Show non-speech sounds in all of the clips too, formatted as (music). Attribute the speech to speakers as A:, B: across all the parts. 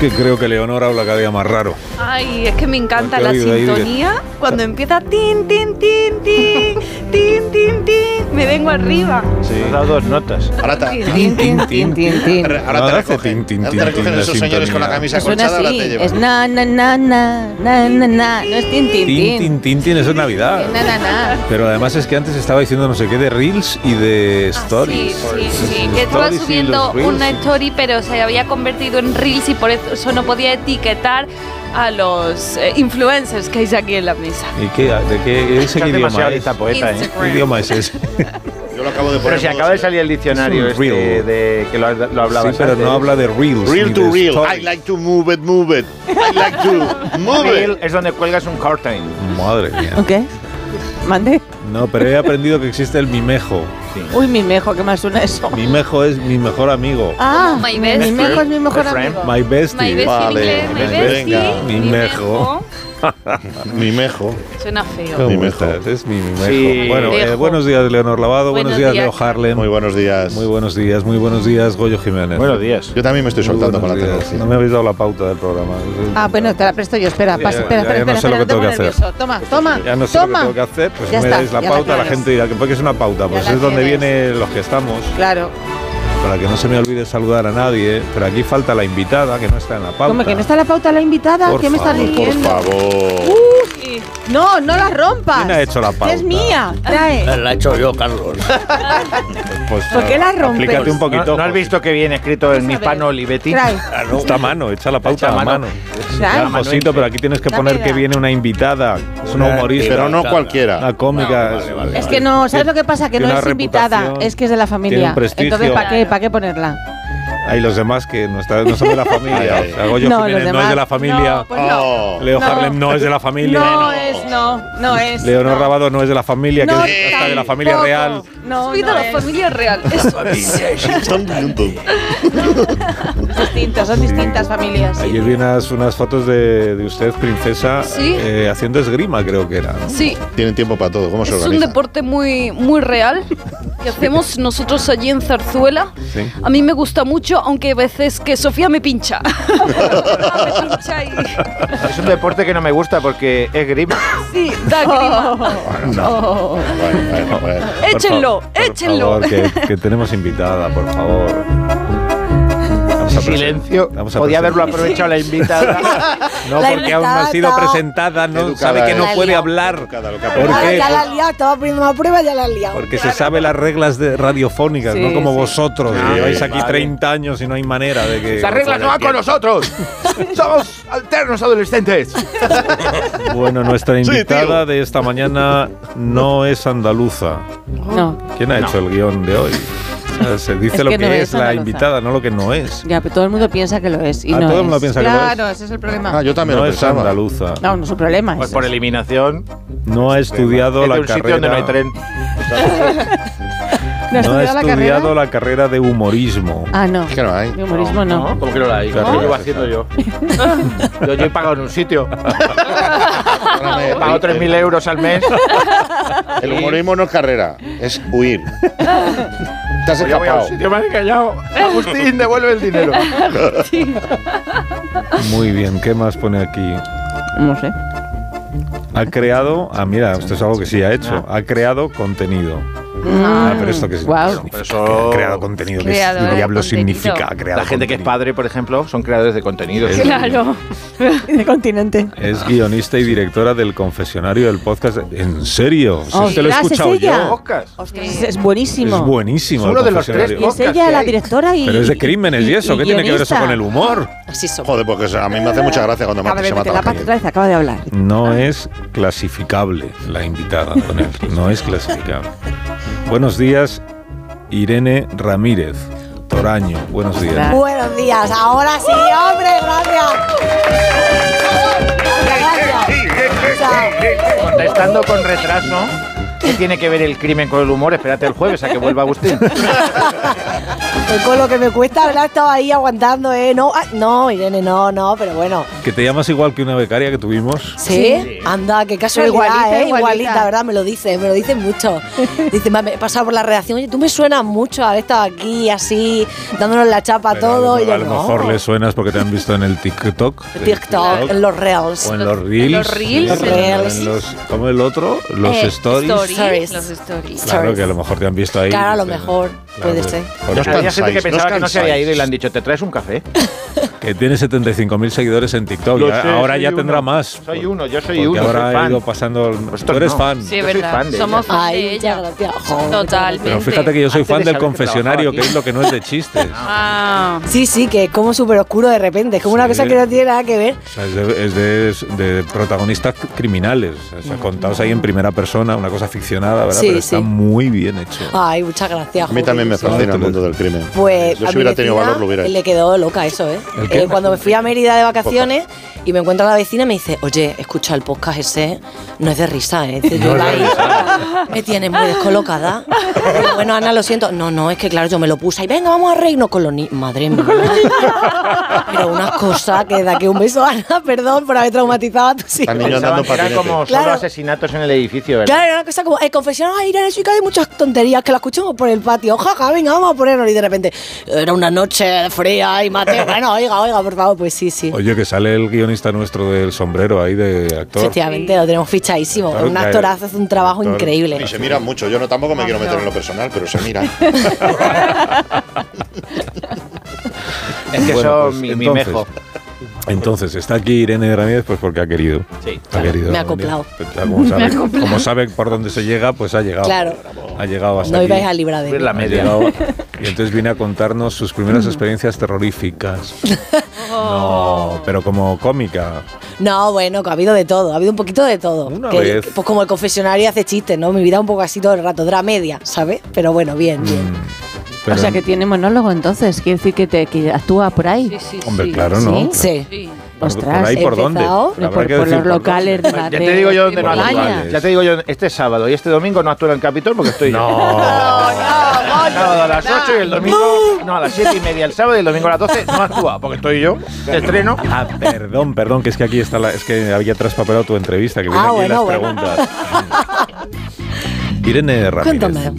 A: que creo que Leonor habla cada día más raro.
B: Ay, es que me encanta
A: Porque
B: la
A: oigo ahí de-
B: sintonía. Cuando empieza tin, tin, tin, tin, tin, tin, tin, me vengo arriba.
A: Sí.
C: Nos da dos notas.
D: Ahora te,
E: Tin, tin, tin, tin, tin.
D: ahora- ahora
A: No,
D: te
A: hace
D: recogen,
A: tin, tin,
D: ahora
A: tin,
D: te recogen
A: tin,
D: esos
A: la
D: señores con la
A: sintonía.
D: camisa
E: Suena
D: colchada, ahora te
E: así.
D: llevan.
E: Es na, na, na, na, na, na, na. No es tin, tin,
A: Tin, tin,
E: tin.
A: tin, tin, eso es Navidad.
E: Na, na, na.
A: Pero además es que antes estaba diciendo no sé qué de Reels y de Stories.
B: sí, sí, sí.
A: Los
B: Que estaba
A: stories y
B: subiendo
A: los reels
B: una
A: y-
B: story, pero se había convertido en reels y por eso no podía etiquetar a los eh, influencers que hay aquí en la mesa.
A: ¿Y qué? ¿De qué? ¿Ese
C: Es
A: qué idioma
C: demasiado
A: es?
C: lista poeta, ¿eh?
A: ¿Qué idioma es ese?
D: Yo lo acabo de poner.
C: Pero si
D: en modo
C: acaba de
D: serio.
C: salir el diccionario
A: Es un
C: este
A: reel.
C: de que lo, lo hablabas
A: sí, pero
C: antes.
A: no habla de Reels.
D: Real
A: ni
D: to
A: de
D: real. I
A: stories.
D: like to move it, move it. I like
F: (laughs)
D: to move
C: Reel
D: it.
C: es donde cuelgas un curtain.
A: Madre mía.
E: ¿Ok? ¿Mande?
A: No, pero he aprendido que existe el mimejo.
E: Uy, mi mejor, que más suena eso.
A: Mimejo es mi mejor amigo.
E: Ah,
B: Como my
E: mi
B: best
E: mejor es mi mejor
C: Best friend.
E: amigo.
A: My bestie.
B: My bestie
D: Vale,
B: en
D: venga,
B: inglés, my bestie,
D: venga.
B: mi
A: Mimejo.
D: (laughs) Mi mejo.
B: mejo. Suena feo.
A: ¿Cómo
D: Mimejo.
A: estás? Es mi mimejo.
C: Sí.
A: Bueno, eh,
B: Mimejo.
A: buenos días, Leonor Lavado. Buenos,
B: Buenos
A: días,
B: días.
A: Leo Harlem.
D: Muy buenos días.
A: Muy buenos días, muy buenos días, Goyo Jiménez.
C: Buenos días.
D: Yo también me estoy
A: Muy
D: soltando con
A: buenos
D: la
A: días.
D: tecnología.
A: No me habéis dado la pauta del programa.
E: Ah, bueno, te la presto yo. Espera,
A: Ya,
E: pasa,
A: ya,
E: espera,
A: ya,
E: espera,
A: ya no sé
E: espera,
A: lo que
E: espera, no
A: tengo que
E: te
A: hacer.
E: pongo nervioso. Toma, toma,
A: Ya no sé
E: toma.
A: lo que tengo que hacer, pues
E: Ya
A: me
E: está,
A: dais la
E: ya la
A: pauta, la,
E: tienes.
A: gente dirá que porque es una pauta, pues
E: la
A: es donde
E: tienes.
A: vienen los que estamos,
E: Claro.
A: para que no se me olvide saludar a nadie, pero aquí falta la invitada que no está en la pauta.
E: ¿Cómo que no está la pauta la invitada?
A: Por
E: ¿Qué me estás Uh.
A: favor,
D: Por
E: diciendo?
D: favor.
E: Uy, no, no la rompas.
A: ¿Quién ha hecho la pauta?
E: Es mía.
A: (laughs)
E: Trae.
G: Eh, La he hecho yo, Carlos.
A: Pues,
E: ¿Por qué la rompes?
A: Aplícate un poquito.
C: ¿No, no has visto que viene escrito en mi
E: a ver.
C: hispano Olivetti?
E: Trae.
G: Ah,
A: Está a mano, eh. echa la pauta
C: Echa
A: a
C: mano.
A: mano.
E: Claro.
A: Ya, Josito, pero aquí tienes que
E: Dame
A: poner que
E: la-
A: viene una invitada, es una
G: Una
A: humorista.
D: Pero no
G: Invitada.
D: cualquiera.
A: Una cómica.
G: Vale, vale,
E: Es que no, ¿sabes lo que pasa? Que no
A: Tiene
E: es
A: una
E: invitada,
A: reputación,
E: es que es de la
A: Tiene
E: familia.
A: un prestigio.
E: Entonces, ¿para qué? ¿Para qué ponerla?
A: Hay los demás que no, está- no son de la familia.
D: (laughs) Ay, ay.
A: O sea, Goyo
E: No, los
A: Jiménez no es de
E: demás.
A: la familia.
E: No, pues no.
D: Oh.
A: Leo
E: no.
A: Harlem no es de la familia.
E: No es, no, no es.
A: Leonor Rabado no es de la familia,
E: No,
A: que es hasta de la familia
E: tampoco.
A: real.
E: No,
B: Soy de
E: no
B: la
E: es.
B: familia real. Eso es.
A: (laughs)
D: Están viendo.
E: Distintos, son distintas familias.
A: Ayer vi unas, unas fotos de, de usted, princesa,
B: Sí.
A: eh, haciendo esgrima, creo que era. ¿no?
B: Sí,
D: Tienen tiempo para todo. ¿Cómo se
B: es un
D: organiza?
B: deporte muy, muy real que hacemos nosotros allí en Zarzuela.
A: Sí.
B: A mí me gusta mucho, aunque a veces que Sofía me pincha. me pincha y
C: Es un deporte que no me gusta porque es grima.
A: (laughs)
B: sí, da grima.
E: Oh.
D: Bueno, bueno, bueno.
A: Por
B: Échenlo,
A: fa- por
B: échenlo.
A: favor, que, que tenemos invitada, por favor. Vamos a presen-
C: Silencio.
A: vamos a
C: Podía haberlo
A: presentar-
C: aprovechado la invitada.
A: (laughs)
C: eh.
A: No,
E: La
A: porque aún no ha
E: invitada
A: sido
E: estaba-
A: presentada, no
D: Educada
A: sabe que
D: es.
A: no
E: La
A: puede
E: lió.
A: hablar.
D: Cada lo que
A: ¿Por
D: aprende.
A: qué?
E: liado, estaba poniendo una prueba y ya la ha liado.
A: Porque se sabe las reglas de radiofónicas,
E: Sí,
A: no como
E: sí.
A: vosotros.
D: Sí,
A: que lleváis aquí
C: Ah, vale.
A: 30 años y no hay manera de que.
C: Las reglas no van con nosotros.
E: (laughs)
C: Somos alternos adolescentes. (laughs)
A: Bueno, nuestra
D: Sí,
A: invitada
D: tío.
A: de esta mañana no es andaluza.
E: No,
A: ¿Quién ha
C: No.
A: hecho el guión de
E: (laughs)
A: hoy? O sea, se dice
E: Es
A: lo que
E: que no
A: es,
E: es
A: la
E: andaluza.
A: invitada, no lo que no es.
E: ya, pero todo el mundo piensa que lo es. Y
A: Ah,
E: no
A: todo el
E: es.
A: mundo piensa que lo
E: claro,
A: es.
E: ese es el problema.
D: Ah, yo también
A: No
D: lo
A: es
D: pensaba.
A: andaluza.
E: No, no es un problema.
C: Pues
E: ese.
C: por eliminación.
A: No ha estudiado
C: es de
A: la
C: un sitio donde no hay
A: carrera.
C: tren.
E: ¿No has
A: No
E: estudiado
A: ha
E: la
A: estudiado
E: carrera?
A: la carrera de humorismo.
E: Ah, no.
D: Es que no hay.
E: De humorismo no.
C: ¿Cómo que no la hay?
A: Claro,
C: ¿Cómo que lo
A: sí,
C: haciendo (laughs) yo? yo? Yo he pagado en un
D: (laughs)
C: sitio.
D: Ahora me-
C: He pagado 3.000 euros al mes.
D: El humorismo no es carrera, es huir. Te has
C: Yo voy a un
D: escapado.
C: sitio, me han engañado. Agustín, devuelve
F: (laughs)
C: el dinero.
A: Muy bien, ¿qué más pone aquí?
E: No sé.
A: Ha creado. Ah, mira, esto es algo que sí ha hecho. Ha creado contenido. Ah, pero esto que sí.
E: Guau.
C: Pero eso-
A: Ha creado contenido. que
B: Creador de
A: diablo
B: contenido.
A: significa? Ha creado
C: La gente que es
A: contenido.
C: padre, por ejemplo, son creadores de
E: (laughs)
C: contenidos.
A: Es- (laughs)
B: Claro.
E: De continente.
A: Es guionista y directora del confesionario del podcast. ¿En serio? Si
E: Oh,
A: este lo he
E: gracias,
A: escuchado
E: es ella.
A: yo.
C: Podcast.
E: Es, es
A: Es
E: buenísimo.
A: buenísimo.
C: Es uno
A: el
C: de los tres
A: confesionario.
E: Y es
C: podcast
E: ella
C: que
E: la
C: hay.
E: directora y.
A: Pero es de crímenes y, eso. ¿Qué tiene que ver eso con el humor?
E: Así son.
D: Joder, porque a mí me hace mucha gracia cuando
E: Acaba
D: Marta
E: de
D: se mata
E: meter
D: la
E: la pata otra
D: calle.
E: vez, acaba de hablar.
A: No es clasificable la invitada, Antonella. No es clasificable. Buenos días, Irene Ramírez. Toraño, buenos días.
F: Buenos días, ahora sí, hombre, gracias. Gracias, gracias.
C: Contestando con retraso. ¿Qué tiene que ver el crimen con el humor? Espérate el jueves a que vuelva Agustín.
F: O Pues con lo que me cuesta haber estado ahí aguantando, ¿eh? No, ah, no, Irene, no, no, pero bueno.
A: Que te llamas igual que una becaria que tuvimos.
F: ¿Sí? Anda, qué casualidad,
E: Igualita,
F: ¿eh?
E: igualita.
F: Igualita, ¿verdad? Me lo dices, me lo dices
G: (laughs)
F: mucho. Dice, "Ma, me he pasado por la redacción, oye, tú me suenas mucho haber estado aquí, así, dándonos la chapa a
A: Pero
F: todo.
A: A
F: y
A: lo,
F: yo,
A: a lo
F: no.
A: mejor le suenas porque te han visto en el TikTok.
F: En TikTok, en los reels.
A: O en los reels.
B: En los reels,
A: sí,
F: en
A: en
F: los-
A: en los- ¿Cómo el otro? Los
B: Eh,
A: stories.
F: Stories.
B: Los stories.
A: Claro, que a lo mejor te han visto ahí.
F: Claro, a lo
A: Claro,
F: mejor, puede ser.
D: No
A: Porque-
D: os
C: Había gente que
D: cansáis,
C: pensaba
D: os
C: que no se había
D: cansáis.
C: ido y le han dicho, ¿te traes un café?
A: Que tiene 75.000 seguidores en TikTok.
C: Lo
A: Ya-
C: sé,
A: ahora
C: soy
A: ya
C: uno.
A: tendrá más.
C: Soy uno, yo soy
A: Porque
C: uno, soy
A: ahora ha
C: fan.
A: ido pasando. el-
C: Vosotros
A: Tú eres
C: no.
A: fan.
B: Sí,
C: Yo
B: es
C: soy
B: verdad.
C: fan de
B: Somos
C: ella.
B: fan de
F: Ay, muchas
B: ella.
F: gracias. Joder,
B: Totalmente.
A: Pero fíjate que yo soy
C: Antes
A: fan
C: de
A: del
C: saber que trabajaba
A: confesionario, que es lo que no es de chistes.
B: Ah,
F: Sí, sí, que es como súper oscuro de repente, es como
A: Sí.
F: una cosa que no tiene nada que ver.
A: O sea, es de, es de- es de protagonistas criminales. O sea, contados ahí en primera persona, una cosa ficcionada, ¿verdad?
F: Sí,
A: Pero está
F: sí.
A: muy bien hecho.
F: Ay, muchas gracias.
D: A mí también me
F: joder.
D: fascina el
A: Ahora te
D: mundo
A: lo-
D: del crimen.
F: Pues
D: Yo
F: a
D: si
F: mi
D: hubiera tenido
F: vecina
D: valor lo hubiera hecho.
F: le quedó loca eso, ¿eh?
A: ¿El
F: Eh,
A: qué?
F: Cuando me fui a Mérida de vacaciones y me encuentro a la vecina me dice, oye, escucha el podcast ese, no es de risa, ¿eh? Dice, yo
A: es de
F: ahí, me tienes muy descolocada. Digo, bueno, Ana, lo siento. No, no, es que claro, yo me lo puse y venga, vamos a reírnos con los niños. Madre
A: (laughs)
F: mía. Pero una cosa que da que un beso, (laughs) Ana, perdón por haber traumatizado a tus hijos.
D: Tan niño
C: Pensaban
D: andando
C: que Era
D: patinete.
C: como solo
F: Claro.
C: asesinatos en el edificio, ¿verdad?
F: Claro, era una cosa como el confesionario, ay, Irene, chica, hay muchas tonterías que la escuchamos por el patio. Jaja, venga, vamos a ponernos. Y de repente, era una noche fría y
A: (laughs)
F: mate. Bueno, oiga, oiga, por favor, pues sí, sí.
A: Oye, que sale el guionista nuestro del sombrero ahí de actor.
F: Efectivamente, lo tenemos fichadísimo.
A: Actor,
F: un
A: claro.
F: actorazo hace un trabajo
A: Actor.
F: increíble.
D: Y se miran mucho. Yo no tampoco me quiero meter en lo personal, pero (laughs) se miran.
A: (laughs)
C: Es que
A: Bueno,
C: son
A: pues,
C: mi, mi
A: entonces,
C: mejo.
A: Entonces, está aquí Irene Ramírez pues porque ha querido.
C: Sí.
A: Ha querido
F: (laughs) me ha acoplado.
A: venir. Claro, Como sabe, como sabe por dónde se llega, pues ha llegado.
F: Claro.
A: Ha llegado hasta
F: No
A: aquí.
F: ibais a librar de
C: Es
F: mí.
C: la
A: Ha
C: media.
A: llegado- Y entonces viene a contarnos sus primeras experiencias terroríficas.
F: Oh.
A: No, pero como cómica.
F: No, bueno, que ha habido de todo, ha habido un poquito de todo.
A: Una
F: Que-
A: vez.
F: que- Pues como el confesionario hace chistes, ¿no? Mi vida un poco así todo el rato, dramedia, ¿sabes? Pero bueno, bien, bien.
A: Mm. Pero-
G: o sea, que tiene monólogo entonces, quiere decir que, te, que actúa por ahí.
B: sí, sí,
A: Hombre,
B: sí.
A: claro, ¿no?
F: Sí.
B: Sí.
A: Por- por
G: Ostras.
A: ahí, ¿por dónde?
F: Empezado,
A: Pero habrá
G: por,
A: que
G: por
A: decir
G: los
A: por
G: locales de la
C: Ya te digo yo dónde no
A: Por
C: actúo.
A: locales.
C: Ya te digo yo, este sábado y este domingo no actúo en el Capitol porque estoy (laughs) yo.
A: No.
C: Sábado a las 8 y el domingo. No, a las 7 y media el sábado y el domingo a las 12 no actúa porque estoy yo. Estreno.
A: Ah, perdón, perdón, que es que aquí está la, es que había traspapelado tu entrevista, que viene
F: Ah,
A: aquí
F: bueno,
A: las
F: bueno.
A: preguntas. Irene Ramírez.
F: Cuéntame.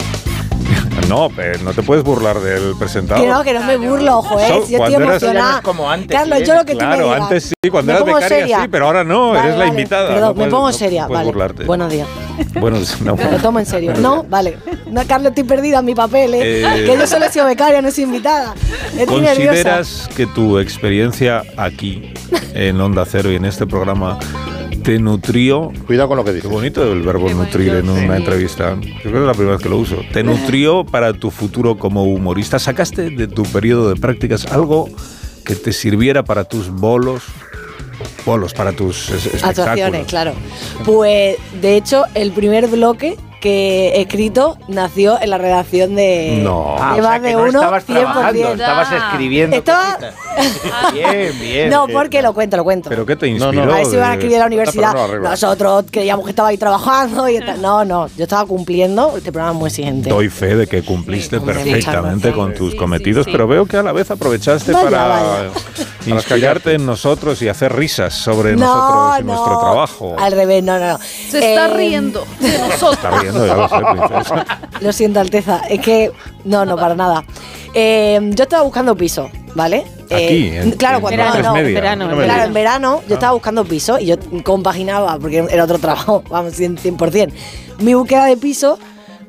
A: No, eh, no te puedes burlar del presentado.
F: Que no, que no me burlo, ojo, ¿eh? Si
A: So,
F: yo estoy
A: cuando eras-
F: emocionada.
C: Ya no es como antes,
F: Carlos, yo
C: Irene,
F: lo que tú me
A: Claro,
F: digas.
A: antes sí, cuando
F: Me
A: eras
F: pongo
A: becaria
F: seria.
A: sí, pero ahora no,
F: Vale,
A: eres la
F: vale,
A: invitada.
F: Perdón,
A: no
F: me
A: puedes-
F: pongo
A: no
F: seria.
A: puedes
F: Vale.
A: burlarte.
F: Buenos días.
A: (laughs) Bueno, no.
F: Me lo tomo en serio. No, vale. No, Carlos, estoy perdida en mi papel, ¿eh?
A: Eh.
F: Que yo solo he sido becaria, no soy invitada. Estoy nerviosa.
A: ¿Consideras que tu experiencia aquí, en Onda Cero y en este programa, te nutrió?
D: Cuidado con lo que
A: Qué
D: dices.
A: bonito el verbo
B: Qué bonito,
A: nutrir en una
B: sí.
A: entrevista. Yo creo que es la primera vez que lo uso. ¿Te nutrió para tu futuro como humorista? ¿Sacaste de tu periodo de prácticas algo que te sirviera para tus bolos? Bolos, para tus es- espectáculos.
F: Actuaciones, claro. Pues, de hecho, el primer bloque que he escrito nació en la redacción de.
A: No.
C: Ah,
F: de
C: o sea,
F: más
C: que
F: de
C: no
F: uno,
C: estabas trabajando,
F: 100%.
C: estabas escribiendo.
F: Estaba-
C: cositas. Bien, bien.
F: No, porque lo cuento, lo cuento.
A: ¿Pero qué te
D: No,
A: inspiró?
D: no.
F: A ver si van a
A: de-
F: escribir a la
D: Cuenta, pero
F: universidad.
D: no arregla.
F: Nosotros creíamos que estaba ahí trabajando y tal. No, no, yo estaba cumpliendo. Este programa es muy exigente.
A: Doy fe de que cumpliste
F: Sí, hombre,
A: perfectamente
F: muchas gracias.
A: con tus
B: Sí,
A: cometidos,
B: sí, sí.
A: pero veo que a la vez aprovechaste
F: Vaya,
A: para
F: vaya.
A: inspirarte en nosotros y hacer risas sobre nosotros y nuestro trabajo.
F: Al revés, no, no, no.
B: Se está
F: Eh,
B: riendo
F: (laughs)
B: de nosotros.
A: Está riendo, ya lo sé, princesa.
F: Lo siento, Alteza. Es que. No, no, para nada. Eh, yo estaba buscando piso, ¿vale?
A: Aquí,
F: Eh,
A: en-
F: claro,
A: en
F: cuando
A: Artes
F: no, no,
A: Media.
G: verano,
D: No me
F: Claro,
D: digas.
F: en verano
A: Ah.
F: yo estaba buscando piso y yo compaginaba, porque era otro (laughs) trabajo, vamos, 100%, 100%, mi búsqueda de piso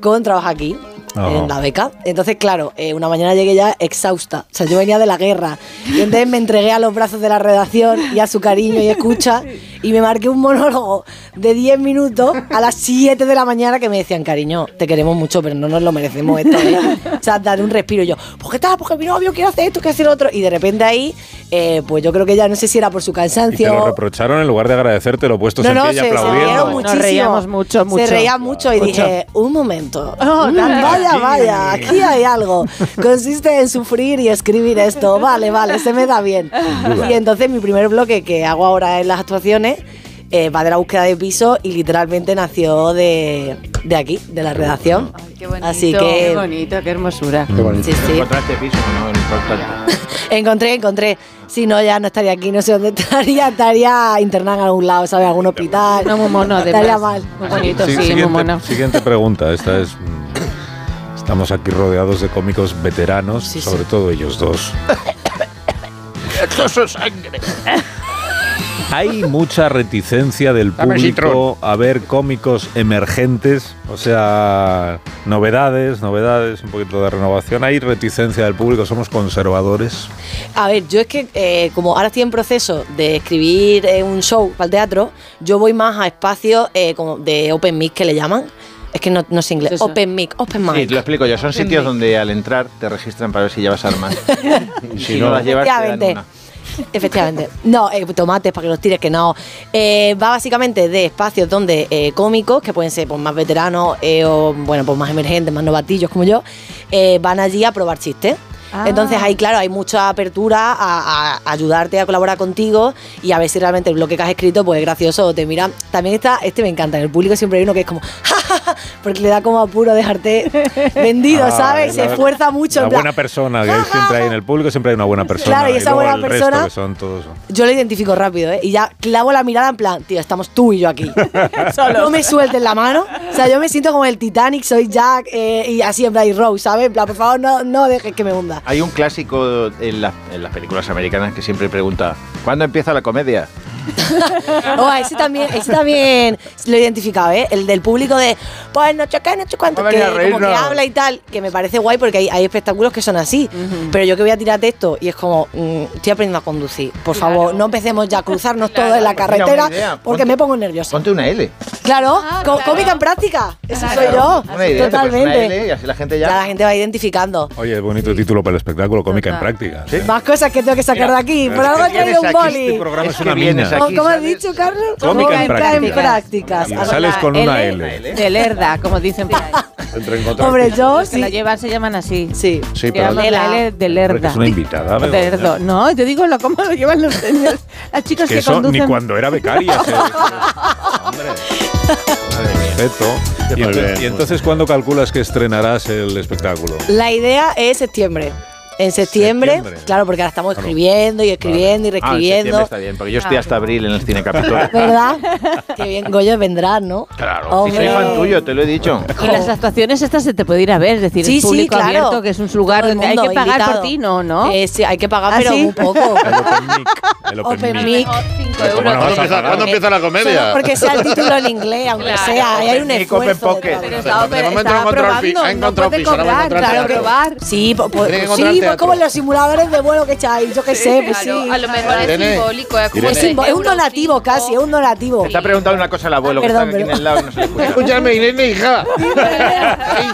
F: con trabajo aquí.
A: Ajá.
F: En la beca. Entonces, claro, eh, una mañana llegué ya exhausta. O sea, yo venía de la guerra. Y entonces me entregué a los brazos de la redacción y a su cariño y escucha. Y me marqué un monólogo de 10 minutos a las 7 de la mañana que me decían, cariño, te queremos mucho, pero no nos lo merecemos esto. ¿eh". O sea, dar un respiro. Y yo, ¿por qué tal? Porque mi novio quiere hacer esto, quiere hacer otro. Y de repente ahí, eh, pues yo creo que ya no sé si era por su
A: Y te lo
F: cansancio.
A: reprocharon en lugar de agradecerte, lo puesto en pie y aplaudiendo.
F: rieron
G: Nos
F: muchísimo.
G: reíamos mucho, mucho.
F: Se reía mucho y dije, un momento.
G: Oh,
F: Mm,
G: nada.
F: vaya, vaya, aquí hay algo. Consiste en sufrir y escribir esto. Vale, vale, se me da bien. Y entonces mi primer bloque que hago ahora en las actuaciones eh, va de la búsqueda de piso y literalmente nació de, de aquí, de la redacción.
B: Ay, qué bonito.
F: Así
G: Qué
F: que
G: bonito, qué hermosura.
D: Qué bonito.
F: sí, sí.
C: Encontraste piso, no es importante.
F: encontré, encontré. Si no, ya no estaría aquí, no sé dónde (laughs) estaría, estaría internada en algún lado, ¿sabes? Algún hospital.
G: No, muy mono, además.
F: Estaría mal.
G: Muy bonito,
A: Sí,
G: sí, muy
A: siguiente,
G: mono.
A: siguiente pregunta. Esta es. mm, Estamos aquí rodeados de cómicos veteranos, sobre todo ellos dos. Hay mucha reticencia del
D: Dame
A: público a ver cómicos emergentes, o sea, novedades, novedades, un poquito de renovación. Hay reticencia del público, somos conservadores.
F: A ver, yo es que eh, como ahora estoy en proceso de escribir eh, un show para el teatro, yo voy más a espacios eh, como de open mic que le llaman. Es que no, no sé inglés.
G: Sí, sí.
F: Open mic, open mic.
C: Sí, te lo explico yo. Son sitios donde al entrar te registran para ver si llevas
F: (laughs)
C: armas. si no,
D: no-
C: las llevas, te dan
F: Efectivamente.
C: una.
F: Efectivamente. No, eh, tomates para que los tires, que no. Eh, va básicamente de espacios donde eh, cómicos, que pueden ser pues, más veteranos eh, o bueno, pues más emergentes, más novatillos como yo, eh, van allí a probar chistes.
G: Ah.
F: Entonces ahí, claro, hay mucha apertura a, a ayudarte a colaborar contigo y a ver si realmente el bloque que has escrito pues es gracioso o te mira. También está, este me encanta, en el público siempre hay uno que es como, (laughs) "Ja, ja, ja", porque le da como apuro
A: (laughs)
F: dejarte vendido,
A: Ah,
F: ¿sabes?
A: es
F: Se
A: la-
F: esfuerza mucho. en
A: La
F: plan,
A: buena persona, que siempre hay en el público, siempre hay una buena persona.
F: Claro, y esa
A: luego
F: buena
A: el resto,
F: persona-
A: que son todos.
F: yo lo identifico rápido, ¿eh? Y ya clavo la mirada en plan, tío, estamos tú y yo
A: (laughs)
F: aquí. No me suelten la mano. O sea, yo me siento como el Titanic, soy Jack eh, y así en plan, y Rose, ¿sabes? En plan, por favor, no, no dejes que me hunda.
C: Hay un clásico en, las- en las películas americanas que siempre pregunta, ¿cuándo empieza la comedia?
F: (laughs) Oh, ese también, ese también lo he identificado, ¿eh? El del público de, pues no choca, no sé cuánto,
C: Vamos a
F: que,
C: venir a
F: como que
C: reírnos.
F: habla y tal, que me parece guay porque hay, hay espectáculos que son así. Pero yo que voy a tirar texto y es como, mm, estoy aprendiendo a conducir. Por favor, no empecemos ya a cruzarnos todos en la
C: Pues mira,
F: carretera
C: buena idea.
F: porque
C: Ponte-
F: me pongo nerviosa.
C: Ponte una L.
F: Claro,
B: Ah,
F: co-
B: claro.
F: cómica en práctica. Eso
B: Claro.
F: soy yo.
C: Una idea, te pones
F: Totalmente.
C: Una L y así la gente
F: ya.
C: ya...
F: la gente va identificando.
A: Oye, bonito título para el espectáculo, cómica en práctica.
C: Sí.
F: Más cosas que tengo que sacar de aquí. Por algo he traído un
C: este
F: boli.
A: programa es
C: que
A: una
C: vienes
A: mina.
C: aquí,
F: ¿Cómo- ¿Cómo has
C: sales-
F: dicho, Carlos?
A: Cómica en práctica.
F: prácticas.
A: Y sales con
G: L,
A: una L.
G: De Lerda, como dicen por ahí.
D: Entre en contacto.
F: Hombre, yo
G: Los que la
F: sí.
G: llevan se llaman así.
F: Sí.
D: Sí, pero
G: Llevamos la
F: Lela.
G: L de
A: Porque
G: Lerda.
A: es una invitada.
G: De
A: Begoña.
G: Lerdo. No, yo digo lo, cómo lo llevan los señores. Las chicas
A: Que
G: que,
A: eso ni
G: conducen.
A: cuando ¿eh? era becaria.
E: (laughs)
A: se-
G: (laughs)
A: Perfecto.
D: Qué
A: Y,
D: padre.
A: entonces, y entonces, ¿cuándo calculas que estrenarás el espectáculo?
F: La idea es septiembre. En septiembre,
A: Septiembre.
F: claro, porque ahora estamos
A: Claro.
F: escribiendo y escribiendo y
C: Ah, en septiembre
F: reescribiendo.
C: está bien, porque yo estoy hasta abril en el Cine Capitol.
F: (laughs) ¿Verdad? Qué bien, Goyo vendrá, ¿no?
C: Claro, si soy fan tuyo, te lo
B: (laughs)
C: he dicho.
G: Y las actuaciones estas se te puede ir a ver, es decir,
F: Sí,
G: es
F: sí,
G: público
F: claro.
G: abierto, que es un lugar
F: Todo el
G: donde hay que
F: mundo
G: pagar
F: invitado.
G: por ti, ¿no, ¿no?
F: Eh, sí, hay que pagar,
G: ¿Ah,
F: pero
G: sí?
F: muy poco.
A: (laughs) El Open Mic.
F: (laughs)
A: El Open
F: Open
A: Mic.
F: mic.
B: Cinco
A: Pero
B: euros.
D: ¿Cuándo
A: bueno, vas a
D: empieza,
A: pagar.
D: cuándo empieza la
F: Solo
D: comedia?
F: porque sea
D: (laughs)
F: el título en inglés, aunque
B: Claro.
F: sea, ahí hay un
C: Nick Open
F: esfuerzo.
C: Pocket.
F: detrás.
D: estaba- de momento no ha encontrado el pi- ha encontrado piso, ahora va a encontrar teatro.
F: Sí, po- po-
D: Tiene que
F: sí,
D: encontrar
F: pues
D: teatro.
F: como los simuladores de vuelo que echáis, yo qué sé, pues sí.
B: Claro, a lo mejor es
D: Irene,
B: simbólico. Es, como
D: Irene.
F: Es,
B: seis
F: simbo- es un
B: euros,
F: donativo
B: cinco.
F: casi, es un donativo.
C: Me está preguntando una cosa el abuelo
F: Ah, perdón,
C: que está aquí en el lado y no se le escucha.
D: Escúchame, Irene, hija. Ay,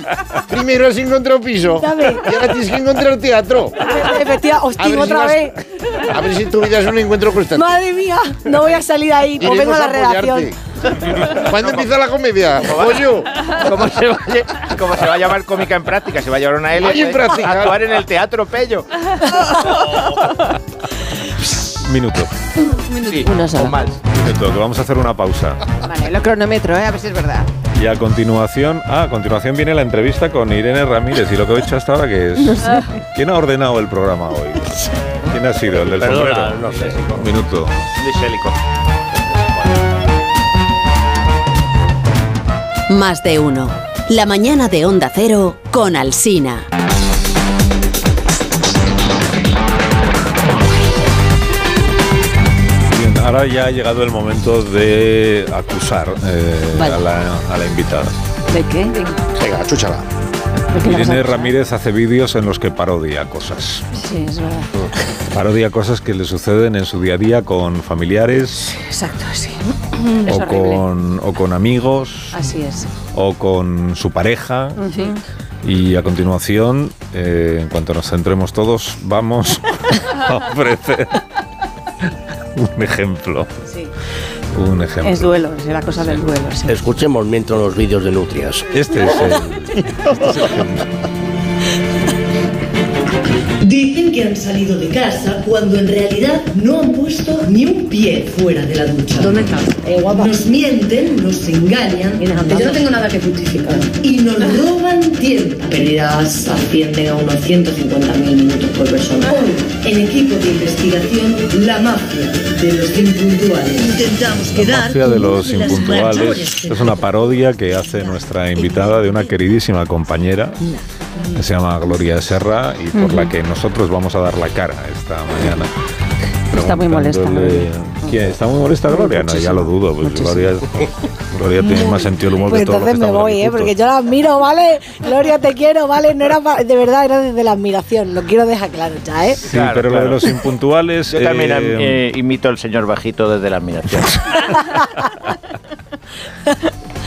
D: primero has encontrado piso.
F: Dame.
D: Y ahora tienes que encontrar teatro.
F: Efectivamente,
D: A
F: hostia,
D: ver si
F: Pues otra
D: vas-
F: vez.
D: A ver si tu vida es un encuentro constante.
F: Madre mía, no voy a salir ahí, o
D: Iremos
F: vengo a la
D: apoyarte.
F: redacción.
D: ¿Cuándo empieza la
C: (laughs)
D: comedia? Pollo.
C: ¿Cómo se, va a, lle- cómo se va a llamar cómica en práctica? Se va a llevar una L.
D: Ay, en
C: eh,
D: práctica.
C: Actuar en el teatro, Pello.
A: Minuto.
C: Sí,
G: Uno
C: o
G: solo.
C: más.
A: Minuto, que vamos a hacer una pausa.
G: Vale, lo cronómetro, ¿eh? a ver si es verdad.
A: Y a continuación, ah, a continuación viene la entrevista con Irene Ramírez. Y lo que he hecho hasta ahora que es. ¿Quién ha ordenado el programa hoy? ¿Quién ha sido? ¿El del
C: Perdona,
A: sombrero?
C: no sé.
A: Un minuto.
C: Disélico.
H: Más de uno. La mañana de Onda Cero con Alsina.
A: Bien, ahora ya ha llegado el momento de acusar eh,
G: Vale.
A: a, la, a la invitada.
G: ¿De qué? ¿De
D: Venga, chúchala.
G: qué la vas a
A: Irene
G: acusar?
A: Ramírez hace vídeos en los que parodia cosas.
G: Sí, es verdad.
A: Parodia cosas que le suceden en su día a día con familiares
G: Exacto, sí. Es
A: o
G: horrible.
A: con, o con amigos
G: Así es.
A: o con su pareja. Y a continuación, eh, en cuanto nos centremos todos, vamos (laughs) a ofrecer un ejemplo.
G: Sí.
A: Un ejemplo.
G: Es duelo, es la cosa del duelo, sí.
I: Escuchemos mientras los vídeos de nutrias.
F: (laughs)
A: Este es el.
J: Dicen que
K: que han salido de casa cuando en realidad no han puesto ni un pie fuera de la ducha.
F: ¿Dónde está? Eh,
K: Nos mienten, nos engañan.
F: andando? Ah. Yo no tengo
K: nada que justificar. Y nos roban tiempo. Las
A: Pues
F: Pues
K: pérdidas ascienden a unos 150.000 minutos por persona.
F: Ah.
K: Hoy, en equipo de investigación, la mafia de los impuntuales. Intentamos quedar
A: Mafia de
K: como
A: los
K: una las mayores
A: impuntuales es una parodia que hace nuestra invitada de una queridísima compañera que se llama Gloria Serra y por
E: Ujú.
A: la que nosotros vamos a dar la cara esta mañana.
E: Está muy molesta,
A: Preguntándole- ¿Quién? ¿Está muy molesta Gloria? No, ya lo dudo. pues Gloria, Gloria tiene más sentido el humor
F: Pues
A: que todos los que
F: entonces me
A: estamos
F: voy,
A: aquí
F: ¿eh? Porque
A: juntos.
F: yo la admiro, ¿vale? Gloria, te quiero, ¿vale? No era pa- de verdad, era desde la admiración. Lo quiero dejar claro ya, ¿eh?
A: Sí, pero lo de los impuntuales...
C: Yo también
A: eh,
C: eh, imito al señor bajito desde la admiración.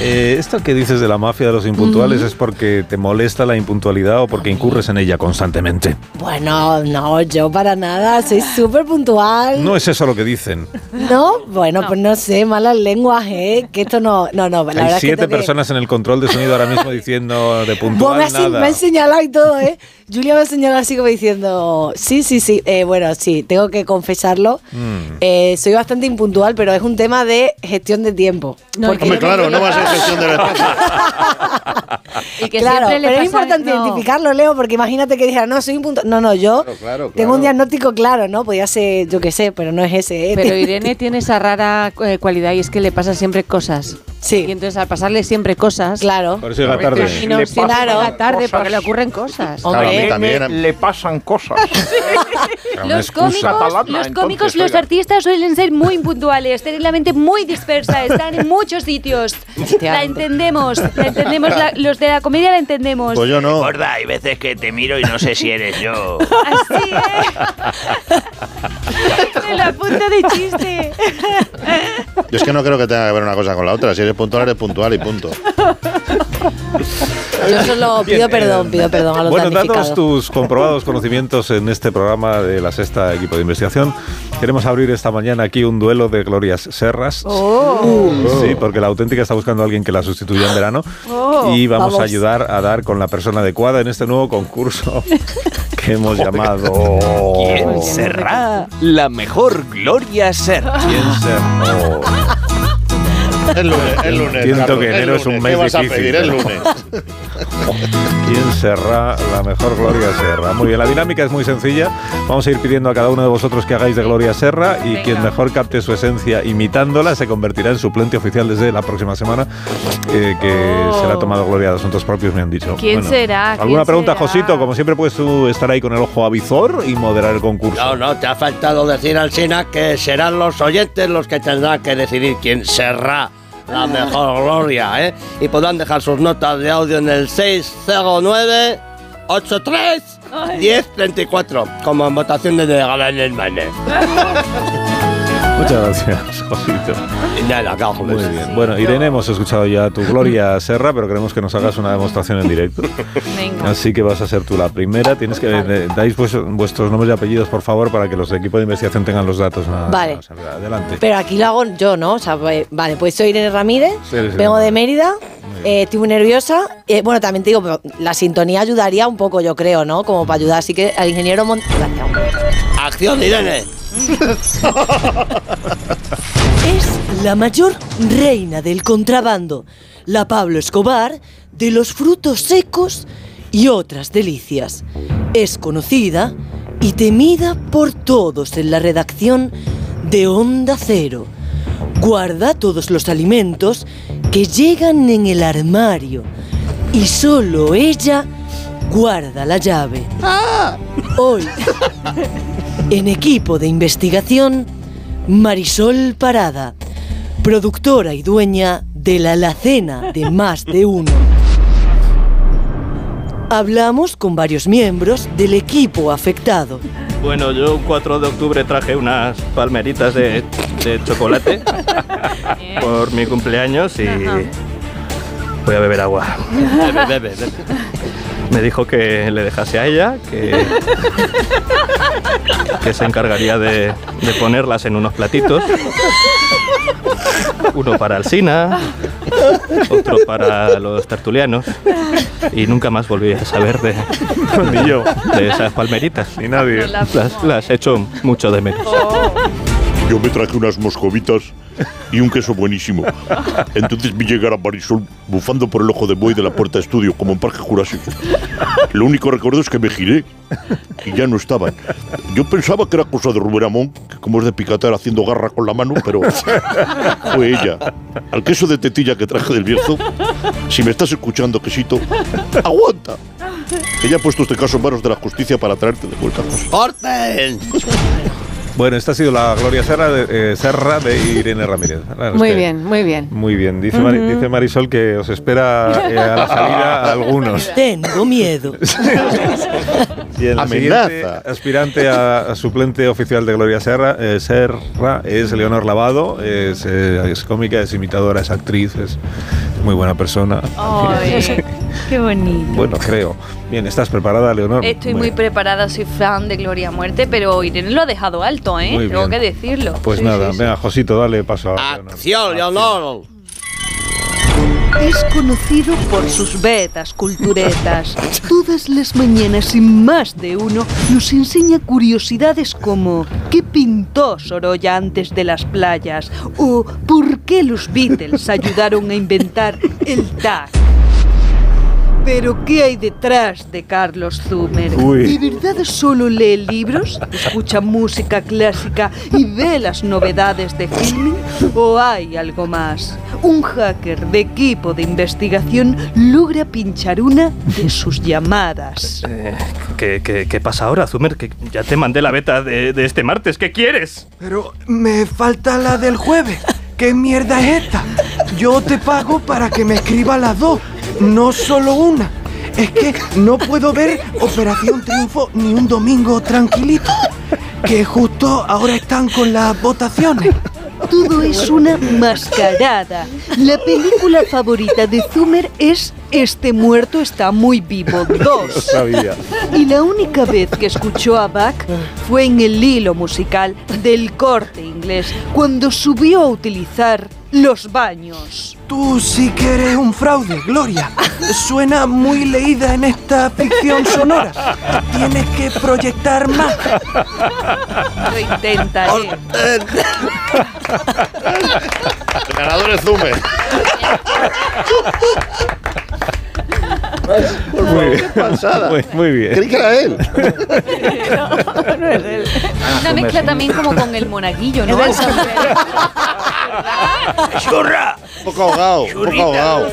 A: Eh, esto que dices de la mafia de los impuntuales es porque te molesta la impuntualidad o porque incurres en ella constantemente.
F: Bueno, no, yo para nada, soy súper puntual.
A: No es eso lo que dicen.
F: ¿No? Bueno, pues no sé, malas lenguas, ¿eh? Que esto no. No, no, Pues la verdad
A: Hay
F: es que.
A: siete
F: tengo que-
A: personas en el control de sonido
F: (laughs)
A: ahora mismo diciendo de
F: Vos me,
A: puntual
F: has, me
A: nada.
F: has señalado y todo, ¿eh? (laughs) Julia me ha señalado así como diciendo, sí, sí, sí, eh, bueno, sí, tengo que confesarlo.
A: Mm.
F: Eh, soy bastante impuntual, pero es un tema de gestión de tiempo. Porque-
D: Hombre, claro, no va
A: (laughs)
D: a ser gestión de la
B: Y que
F: claro,
B: siempre le
F: pero es
B: pasa-
F: importante
B: no.
F: identificarlo, Leo, porque imagínate que dijera, no, soy impuntual. No, no, yo
D: Claro, claro,
F: tengo un
D: claro.
F: diagnóstico claro, ¿no? Podía ser, yo qué sé, pero no es ese. ¿eh? (laughs)
E: Pero Irene tiene esa rara eh, cualidad y es que le pasa siempre cosas.
F: Sí.
E: Y entonces al pasarle siempre cosas,
F: Claro.
A: Por eso llega
C: Claro,
A: tarde.
C: es-
E: no
C: Le
E: siempre
C: pasan
E: llega tarde
C: cosas.
E: porque le ocurren cosas.
D: Claro, a mí
C: A mí (laughs)
D: también.
C: le pasan
B: (laughs)
C: cosas.
A: Era una
B: Los
A: excusa.
B: cómicos,
C: Catalana,
B: los,
C: entonces,
B: cómicos los
C: oiga.
B: artistas suelen ser muy impuntuales, tener la mente muy dispersa, están en muchos sitios. La entendemos, la entendemos, la- los de la comedia la entendemos.
D: Pues yo no.
I: Gorda, hay veces que te miro y no sé si eres yo.
B: Así es. De la punta de chiste.
D: Yo es que no creo que tenga que ver una cosa con la otra. Si eres puntual, eres puntual y punto.
F: Yo solo pido
A: Bien,
F: perdón,
A: eh,
F: pido perdón a los
A: Bueno, dados
F: damnificados.
A: tus comprobados conocimientos en este programa de la sexta equipo de investigación, queremos abrir esta mañana aquí un duelo de glorias serras.
F: Oh.
A: Sí, porque la auténtica está buscando a alguien que la sustituya en verano y Oh, vamos,
F: Oh, Vamos.
A: a ayudar a dar con la persona adecuada en este
F: (laughs)
A: nuevo concurso que hemos llamado Oh.
I: ¿Quién será la mejor Gloria Ser?
A: ¿Quién ser? Oh.
D: El lunes, el lunes.
A: Siento
D: Carlos,
A: que
D: el
A: enero es un
D: lunes.
A: mes
D: ¿Qué vas
A: difícil,
D: a pedir el
A: pero-
D: lunes?
A: ¿Quién será la mejor Gloria Serra? Muy bien, la dinámica es muy sencilla. Vamos a ir pidiendo a cada uno de vosotros que hagáis de Gloria Serra y quien mejor capte su esencia imitándola se convertirá en suplente oficial desde la próxima semana eh, que
B: Oh.
A: será tomado Gloria de Asuntos Propios, me han dicho.
B: ¿Quién será?
A: ¿Alguna
B: ¿Quién
A: pregunta,
B: será?
A: Josito? Como siempre puedes tú estar ahí con el ojo avizor y moderar el concurso.
I: No, no, te ha faltado decir al Sina que serán los oyentes los que tendrán que decidir quién será la mejor Gloria, ¿eh? Y podrán dejar sus notas de audio en el 609 83 1034 como en votación de Galán el Mane.
A: (laughs) Muchas gracias, (laughs) Josito.
I: Y nada, cajo,
A: Muy bien. Bueno, Irene, hemos escuchado ya tu Gloria Serra, pero queremos que nos hagas una demostración
B: (laughs)
A: en directo.
B: Venga.
A: Así que vas a ser tú la primera. Tienes que eh, dais vues- vuestros nombres y apellidos, por favor, para que los de equipo de investigación tengan los datos. Nada,
F: Vale.
A: o sea, adelante.
F: Pero aquí lo hago yo, ¿no? O sea, pues, vale, pues soy Irene Ramírez,
A: Sí, eres
F: vengo
A: Irene.
F: de Mérida,
A: Muy bien.
F: eh, estoy muy nerviosa. Eh, bueno, también te digo, pero la sintonía ayudaría un poco, yo creo, ¿no? Como para ayudar. Así que al ingeniero Mon- Gracias, hombre.
I: Acción, Irene.
K: Es la mayor reina del contrabando, la Pablo Escobar de los frutos secos y otras delicias. Es conocida y temida por todos en la redacción de Onda Cero. Guarda todos los alimentos que llegan en el armario y solo ella guarda la llave.
D: Ah.
K: Hoy, en equipo de investigación, Marisol Parada, productora y dueña de la alacena de más de uno. Hablamos con varios miembros del equipo afectado.
L: Bueno, yo un 4 de octubre traje unas palmeritas de, de chocolate por mi cumpleaños y voy a beber agua.
I: Bebe, bebe, bebe.
L: Me dijo que le dejase a ella, que, que se encargaría de, de ponerlas en unos platitos uno para Alsina, otro para los tertulianos y nunca más volví a saber de,
A: Ni yo.
L: de esas palmeritas.
A: Ni nadie.
L: Las, las echo mucho de menos.
M: Yo me traje unas moscovitas y un queso buenísimo. Entonces vi llegar a Marisol bufando por el ojo de buey de la puerta de estudio, como en Parque Jurásico. Lo único recuerdo es que me giré y ya no estaban. Yo pensaba que era cosa de Rubén Amón, que como es de picatar haciendo garra con la mano, pero fue ella. Al queso de tetilla que traje del Bierzo, si me estás escuchando, quesito, aguanta. Ella ha puesto este caso en manos de la justicia para traerte de vuelta.
I: ¡Corten!
A: Bueno, esta ha sido la Gloria Serra de, eh, Serra de Irene Ramírez. La verdad es
G: Muy
A: que-
G: bien, muy bien.
A: Muy bien. Dice, Mari-
G: Ujú.
A: dice Marisol que os espera eh, a la salida a algunos.
J: Tengo
F: (laughs)
J: miedo.
A: Y el
J: Amenaza.
A: siguiente aspirante a, a suplente oficial de Gloria Serra, eh, Serra es Leonor Lavado, es, eh, es cómica, es imitadora, es actriz, es muy buena persona.
B: Oh. Ay, (laughs) qué bonito.
A: Bueno, creo. Bien, ¿estás preparada, Leonor?
B: Estoy muy preparada, soy fan de Gloria a Muerte, pero Irene lo ha dejado alto, ¿eh?
A: Muy
B: Tengo
A: bien.
B: que decirlo.
A: Pues nada, venga, Josito, dale paso a Leonor.
I: ¡Acción, Leonor!
N: Es conocido por sus vetas culturetas. Todas las mañanas, y más de uno, nos enseña curiosidades como ¿qué pintó Sorolla antes de las playas? o ¿por qué los Beatles ayudaron a inventar el tag? Pero ¿qué hay detrás de Carlos Zumer?
O: Uy.
N: ¿De verdad solo lee libros, escucha música clásica y ve las novedades de filming? ¿O hay algo más? Un hacker de equipo de investigación logra pinchar una de sus llamadas.
L: Eh, ¿qué, qué, qué pasa ahora, Zumer? Que ya te mandé la beta de, de este martes. ¿Qué quieres?
P: Pero me falta la del jueves. ¿Qué mierda es esta? Yo te pago para que me escriba las dos, no solo una. Es que no puedo ver Operación Triunfo ni un domingo tranquilito, que justo ahora están con las votaciones.
N: Todo es una mascarada. La película favorita de Zumer es Este muerto está muy
A: (laughs)
N: vivo 2.
A: Lo sabía.
N: Y la única vez que escuchó a Bach fue en el hilo musical del corte inglés, cuando subió a utilizar los baños.
P: Tú sí que eres un fraude, Gloria. Suena muy leída en esta ficción sonora. Tienes que proyectar más.
Q: (laughs)
N: Lo intentaré.
D: El ganador es Zume.
A: Muy bien. Muy, muy bien.
D: Creí que era él. (laughs)
A: Ah,
B: Una mezcla también como con el monaguillo, ¿no?
D: ¡Churra! Un poco ahogado, un poco ahogado.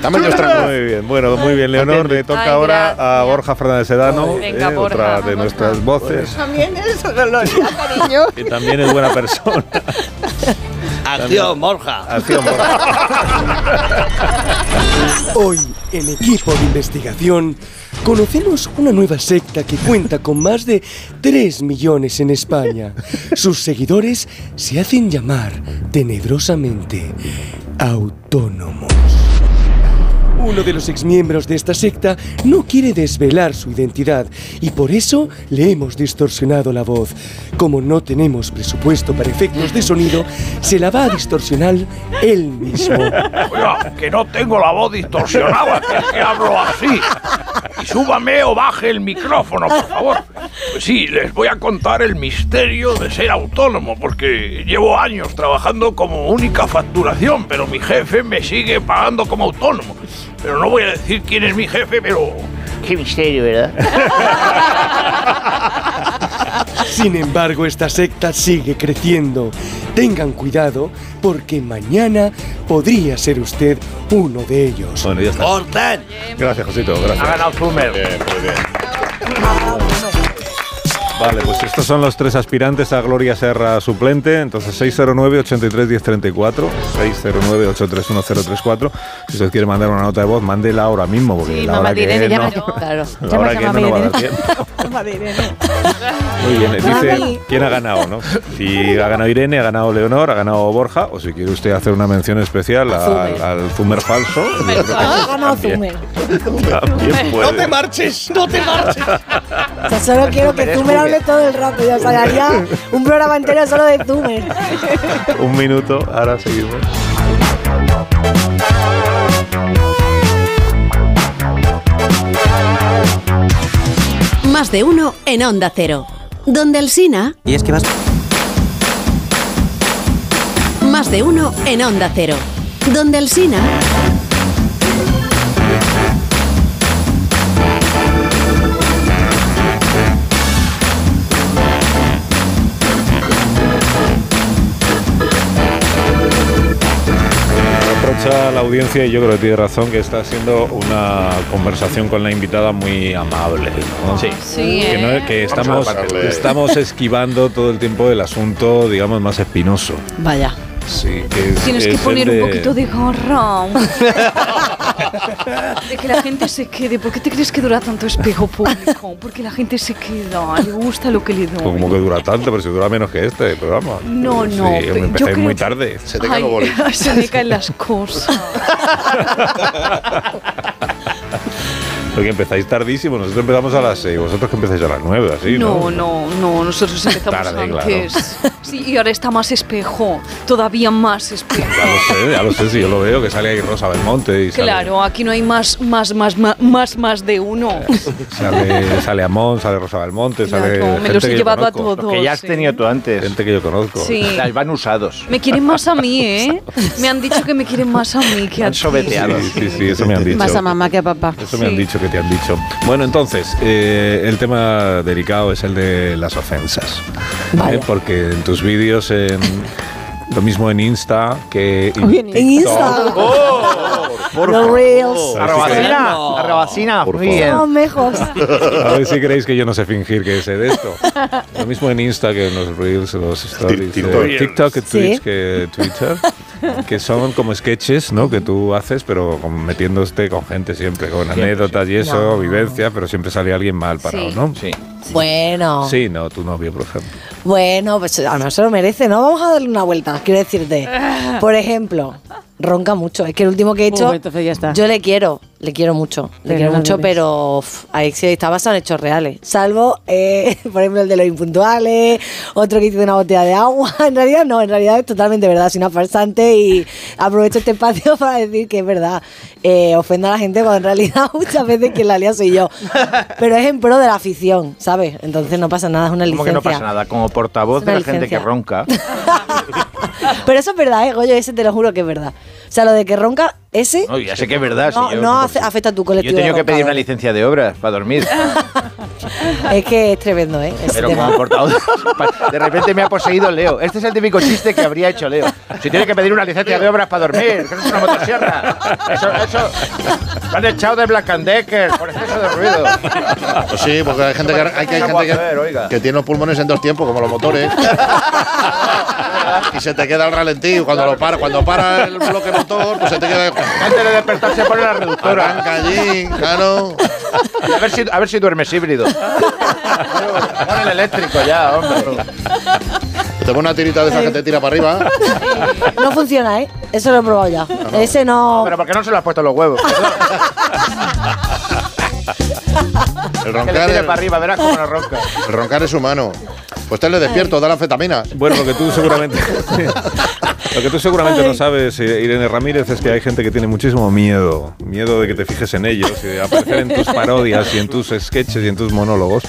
D: Dame los trangos.
A: Muy bien, bueno, muy bien, Leonor. Le toca
D: Ay,
A: ahora a Borja Fernández Sedano,
Q: Venga,
A: eh,
Q: Borja,
A: otra de nuestras voces,
Q: También es Gloria, cariño.
A: que también es buena persona.
I: ¡Acción, Borja!
A: Acción,
P: Hoy, en equipo de investigación, conocemos una nueva secta que cuenta con más de 3 millones en España. Sus seguidores se hacen llamar tenebrosamente autónomos. Uno de los exmiembros de esta secta no quiere desvelar su identidad y por eso le hemos distorsionado la voz. Como no tenemos presupuesto para efectos de sonido, se la va a distorsionar él mismo.
C: Oiga, que no tengo la voz distorsionada, que, es que hablo así. Y súbame o baje el micrófono, por favor. Pues sí, les voy a contar el misterio de ser autónomo, porque llevo años trabajando como única facturación, pero mi jefe me sigue pagando como autónomo. Pero no voy a decir quién es mi jefe, pero... Qué misterio, ¿verdad?
P: (laughs) Sin embargo, esta secta sigue creciendo. Tengan cuidado porque mañana podría ser usted uno de ellos.
A: (laughs) Bueno, ya está.
I: ¡Corten!
A: Gracias, Josito, gracias.
C: Ha ganado Zumer.
A: Vale, pues estos son los tres aspirantes a Gloria Serra suplente. Entonces 609-83-1034, 609-831-034. Si usted quiere mandar una nota de voz, mándela ahora mismo, porque
G: Sí,
A: la hora
G: mamá
A: que
G: Irene,
A: no,
G: llama. Claro.
A: la hora que no, no va a dar tiempo. Muy bien, eh, dice
G: Mami.
A: quién ha ganado, ¿no? Si ha ganado Irene, ha ganado Leonor, ha ganado Borja, o si quiere usted hacer una mención especial al,
I: Zumer.
A: al Zumer falso. yo creo que también- también
I: ¡No te
F: (laughs)
A: puede.
I: marches! ¡No te marches!
F: O sea, solo quiero que tú me hables todo el rato. Yo salaría un programa entero solo de Zumer.
A: Un minuto, ahora seguimos.
H: Más de uno en Onda Cero. Donde Alsina.
C: Y es que vas.
H: Más de uno en Onda Cero. Donde Alsina.
A: Aprovecha la audiencia y yo creo que tiene razón que está siendo una conversación con la invitada muy amable. ¿no? Sí,
N: Sí,
A: Que, no-
N: ¿eh?
A: que
N: Vamos a
A: estamos,
N: pararle.
A: estamos esquivando todo el tiempo el asunto, digamos, más espinoso.
N: Vaya.
A: Sí, que es-
N: Tienes
A: es
N: que
A: el
N: poner un
A: de-
N: poquito de gorra.
A: (laughs)
N: de que la gente se quede. ¿Por qué te crees que dura tanto espejo público? Porque la gente se queda. Le gusta lo que le doy.
A: pues Como que dura tanto, pero si dura menos que este, pero vamos.
N: No, no,
A: Sí,
N: pero
A: me
N: yo
A: empezáis
N: creo
A: muy
N: que-
A: tarde.
N: Ay, (laughs) se me caen las cosas.
A: Porque empezáis tardísimo, nosotros empezamos a las 6, vosotros que empezáis a las 9, así, ¿no?
N: no, no, no, nosotros empezamos
A: Tarde, claro.
N: antes. Sí, y ahora está más espejo, todavía más espejo.
A: Ya lo sé, ya lo sé, si yo lo veo, que sale ahí Rosa Belmonte y sale,
N: Claro, aquí no hay más, más, más, más, más, más de uno.
A: sale, sale Amón, sale Rosa Belmonte, sale
N: Claro, me
A: gente
N: los he
A: que yo
N: llevado a
A: conozco.
N: todos, Que ya has sí. tenido
A: tú antes. Gente que yo conozco.
N: Sí. Las
A: van usados.
N: Me quieren más a mí, ¿eh? Me han dicho que me quieren más a mí que a ti.
A: Sí, sí, sí, eso me han dicho.
E: Más a mamá que a papá.
A: Eso me han dicho que te han dicho. Bueno, entonces, eh, el tema delicado es el de las ofensas. ¿Eh? Porque en tus vídeos, en- lo mismo en Insta que en,
F: en Insta.
C: Oh.
F: Los reels.
C: Arrabacina, arrabacina,
A: Por
C: muy
A: favor.
C: bien.
F: Los mejos.
A: A ver si creéis que yo no sé fingir que sé de esto. Lo mismo en Insta que en los Reels, los Stories,
R: TikTok.
A: eh, TikTok, que
R: Sí.
A: Twitch, que Twitter, que son como sketches, ¿no? Que tú haces, pero con- metiéndote con gente siempre, con anécdotas y eso,
F: No.
A: vivencias, pero siempre sale alguien mal parado,
F: Sí.
A: ¿no? Sí.
F: Bueno.
A: Sí, no, tu novio, por ejemplo.
F: Bueno, pues a no se lo merece, ¿no? Vamos a darle una vuelta, quiero decirte. Por ejemplo, ronca mucho. Es que el último que he hecho,
E: Bueno, entonces ya está.
F: yo le quiero, le quiero mucho, le
E: Pero
F: quiero
E: no
F: mucho,
E: debes.
F: pero uf, ahí sí está basado en hechos reales. Salvo, eh, (laughs) por ejemplo, el de los impuntuales, otro que hizo de una botella de agua. (laughs) En realidad no, en realidad es totalmente verdad, soy una farsante y aprovecho este espacio (laughs) para decir que es verdad. Eh, ofendo a la gente cuando en realidad (laughs) muchas veces quien la lía soy yo. Pero es en pro de la afición, ¿sabes? Entonces no pasa nada, es una
C: (laughs) Como
F: licencia.
C: que no pasa nada, como portavoz
F: Es
C: de
F: una
C: la gente que
F: licencia.
C: ronca.
F: Pero eso es verdad, ¿eh, Goyo? Ese te lo juro que es verdad. O sea, lo de que ronca, ese
C: No, ya sé que es verdad.
F: no,
C: si yo,
F: no afe- afecta a tu
C: yo he
F: colectivo.
C: tenido
F: de
C: que pedir una
F: roncadores.
C: licencia de obras para dormir.
F: Es que es tremendo, ¿eh? Ese
C: Pero
F: tema.
C: como portavoz. (laughs) De repente me ha poseído Leo. Este es el típico chiste que habría hecho Leo. Si tiene que pedir una licencia de obras para dormir, que no es una motosierra. Eso, eso. Lo han echado de Black and Decker por exceso de ruido.
D: Pues sí, porque hay gente que, hay que- hay gente que- que tiene los pulmones en dos tiempos, como los motores. Y se te queda el ralentí cuando lo para, cuando para el bloque motor, pues se te queda
C: Antes de despertar se pone la reductora.
D: Arranca allí, claro.
C: A ver si, a ver si duermes híbrido. Pon el eléctrico ya, hombre.
D: Te pone una tirita de esas que te tira para arriba.
F: No funciona, ¿eh? Eso lo he probado ya. Ese no.
C: Pero ¿por qué no se lo has puesto los huevos?
D: El
C: Que le
D: roncar,
C: tire
D: el,
C: para arriba, verás cómo nos ronca.
D: el roncar es humano. Pues te le despierto, da la anfetamina.
A: Bueno, lo que tú seguramente. Lo que tú seguramente no sabes, eh, Irene Ramírez, es que hay gente que tiene muchísimo miedo. Miedo de que te fijes en ellos y de aparecer en tus parodias y en tus sketches y en tus monólogos.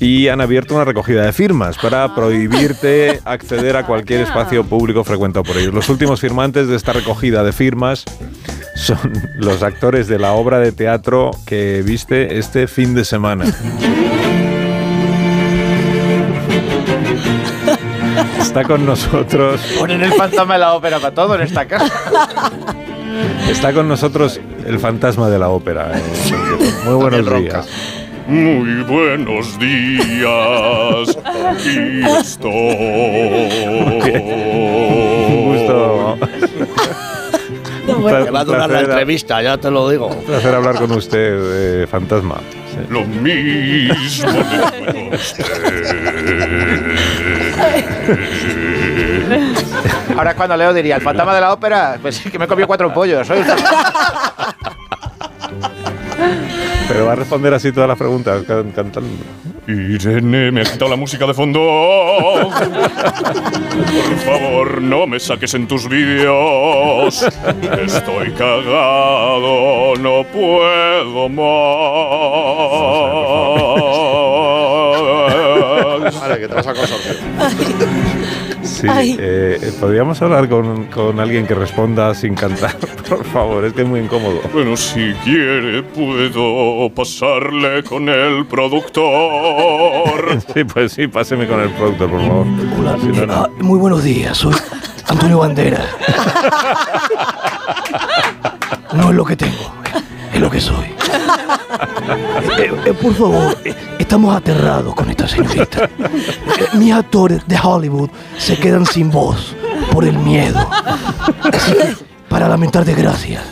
A: Y han abierto una recogida de firmas para prohibirte acceder a cualquier espacio público frecuentado por ellos. Los últimos firmantes de esta recogida de firmas son los actores de la obra de teatro que viste este fin de semana. Está con nosotros
C: Ponen el fantasma de la ópera para todo en esta casa.
A: Está con nosotros el fantasma de la ópera. eh. Muy buenos días.
S: Muy buenos días. Aquí estoy.
A: Un gusto,
S: bueno.
I: Que va a durar la
A: Placer.
I: entrevista, ya te lo digo.
A: un placer hablar con usted, eh, fantasma.
S: Lo mismo le digo a usted.
C: Ahora es cuando Leo diría, el fantasma de la ópera, pues sí, que me comió cuatro pollos. soy un-
A: Pero va a responder así todas las preguntas, can- cantando.
S: Irene, me ha quitado la música de fondo. Por favor, no me saques en tus vídeos. Estoy cagado, no puedo más.
D: Vale, que te vas a consorcio.
A: Sí, eh, podríamos hablar con, con alguien que responda sin cantar, (laughs) por favor, es que es muy incómodo.
S: Bueno, si quiere, puedo pasarle con el productor.
A: (laughs) Sí, pues sí, páseme con el productor, por favor.
T: Hola,
A: Sí, no, no.
T: ah, muy buenos días, soy Antonio Bandera. No es lo que tengo, es lo que soy. Eh, eh, por favor, eh, estamos aterrados con esta señorita. Eh, mis actores de Hollywood se quedan sin voz por el miedo. Así que, para lamentar desgracias,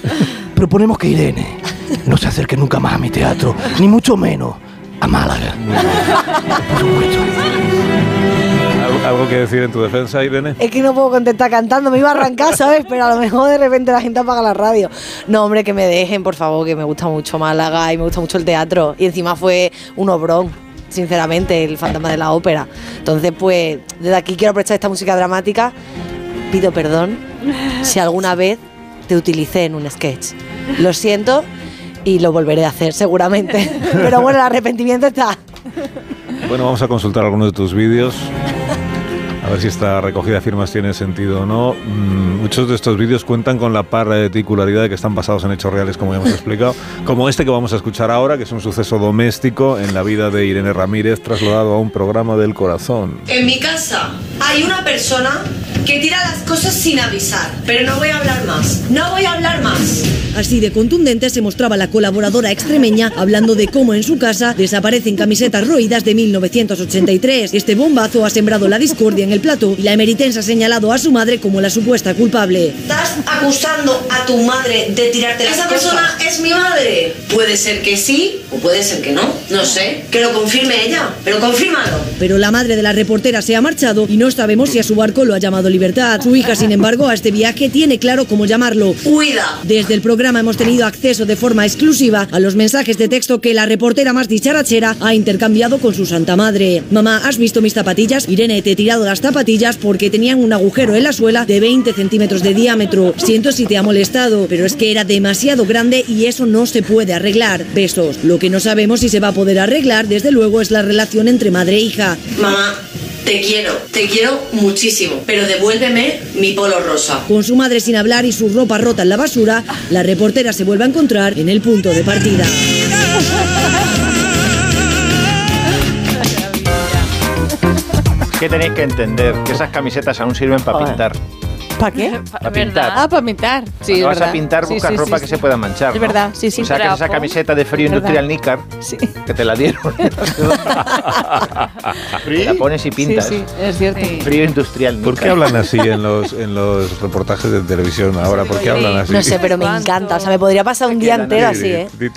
T: proponemos que Irene no se acerque nunca más a mi teatro, ni mucho menos a Málaga.
A: ¿Al- ¿Algo que decir en tu defensa, Irene?
F: Es que no puedo contestar cantando, me iba a arrancar, ¿sabes? Pero a lo mejor de repente la gente apaga la radio. No, hombre, que me dejen, por favor, que me gusta mucho Málaga y me gusta mucho el teatro. Y encima fue un obrón, sinceramente, el fantasma de la ópera. Entonces, pues, desde aquí quiero aprovechar esta música dramática. Pido perdón si alguna vez te utilicé en un sketch. Lo siento y lo volveré a hacer, seguramente. (laughs) Pero bueno, el arrepentimiento está.
A: Bueno, vamos a consultar algunos de tus vídeos. A ver si esta recogida de firmas tiene sentido o no. Mm, muchos de estos vídeos cuentan con la particularidad de que están basados en hechos reales, como ya hemos explicado, como este que vamos a escuchar ahora, que es un suceso doméstico en la vida de Irene Ramírez, trasladado a un programa del corazón.
U: En mi casa hay una persona que tira las cosas sin avisar, pero no voy a hablar más. No voy a hablar más.
K: Así de contundente se mostraba la colaboradora extremeña hablando de cómo en su casa desaparecen camisetas roídas de 1983. Este bombazo ha sembrado la discordia en el plato y la emeritense ha señalado a su madre como la supuesta culpable.
U: Estás acusando a tu madre de tirarte las
K: Esa
U: cosas.
K: persona
U: es mi madre. Puede ser que sí o puede ser que no. No sé. Que lo confirme ella. Pero confírmalo.
K: Pero la madre de la reportera se ha marchado y no sabemos si a su barco lo ha llamado Libertad. Su hija, sin embargo, a este viaje tiene claro cómo llamarlo.
U: Huida.
K: Desde el programa hemos tenido acceso de forma exclusiva a los mensajes de texto que la reportera más dicharachera ha intercambiado con su santa madre. Mamá, ¿has visto mis zapatillas? Irene, te he tirado las zapatillas porque tenían un agujero en la suela de 20 centímetros de diámetro. Siento si te ha molestado, pero es que era demasiado grande y eso no se puede arreglar. Besos. Lo que no sabemos si se va a poder arreglar, desde luego, es la relación entre madre e hija.
U: Mamá, te quiero. Te quiero muchísimo. Pero devuélveme mi polo rosa.
K: Con su madre sin hablar y su ropa rota en la basura, la reportera se vuelve a encontrar en el punto de partida.
O: ¿Qué tenéis que entender? Que esas camisetas aún sirven para
G: Joder.
O: pintar.
G: ¿Para qué?
O: Para pintar.
G: Ah, para pintar. Sí,
O: Cuando
G: es
O: vas
G: verdad.
O: a pintar,
G: Sí,
O: buscas
G: sí,
O: ropa
G: sí,
O: que
G: sí.
O: se pueda manchar.
G: Es
O: ¿no?
G: verdad, sí, sí.
O: O sea, que esa
G: Trapo.
O: camiseta de frío
G: Es verdad.
O: industrial nícar que te la dieron. Te la pones y pintas.
G: (laughs) Sí, sí, es cierto.
O: Frío industrial nícar.
A: ¿Por qué hablan así en los, en los reportajes de televisión ahora? ¿Por qué hablan así?
F: No sé, pero me encanta. O sea, me podría pasar un día entero así, ¿eh?
A: Que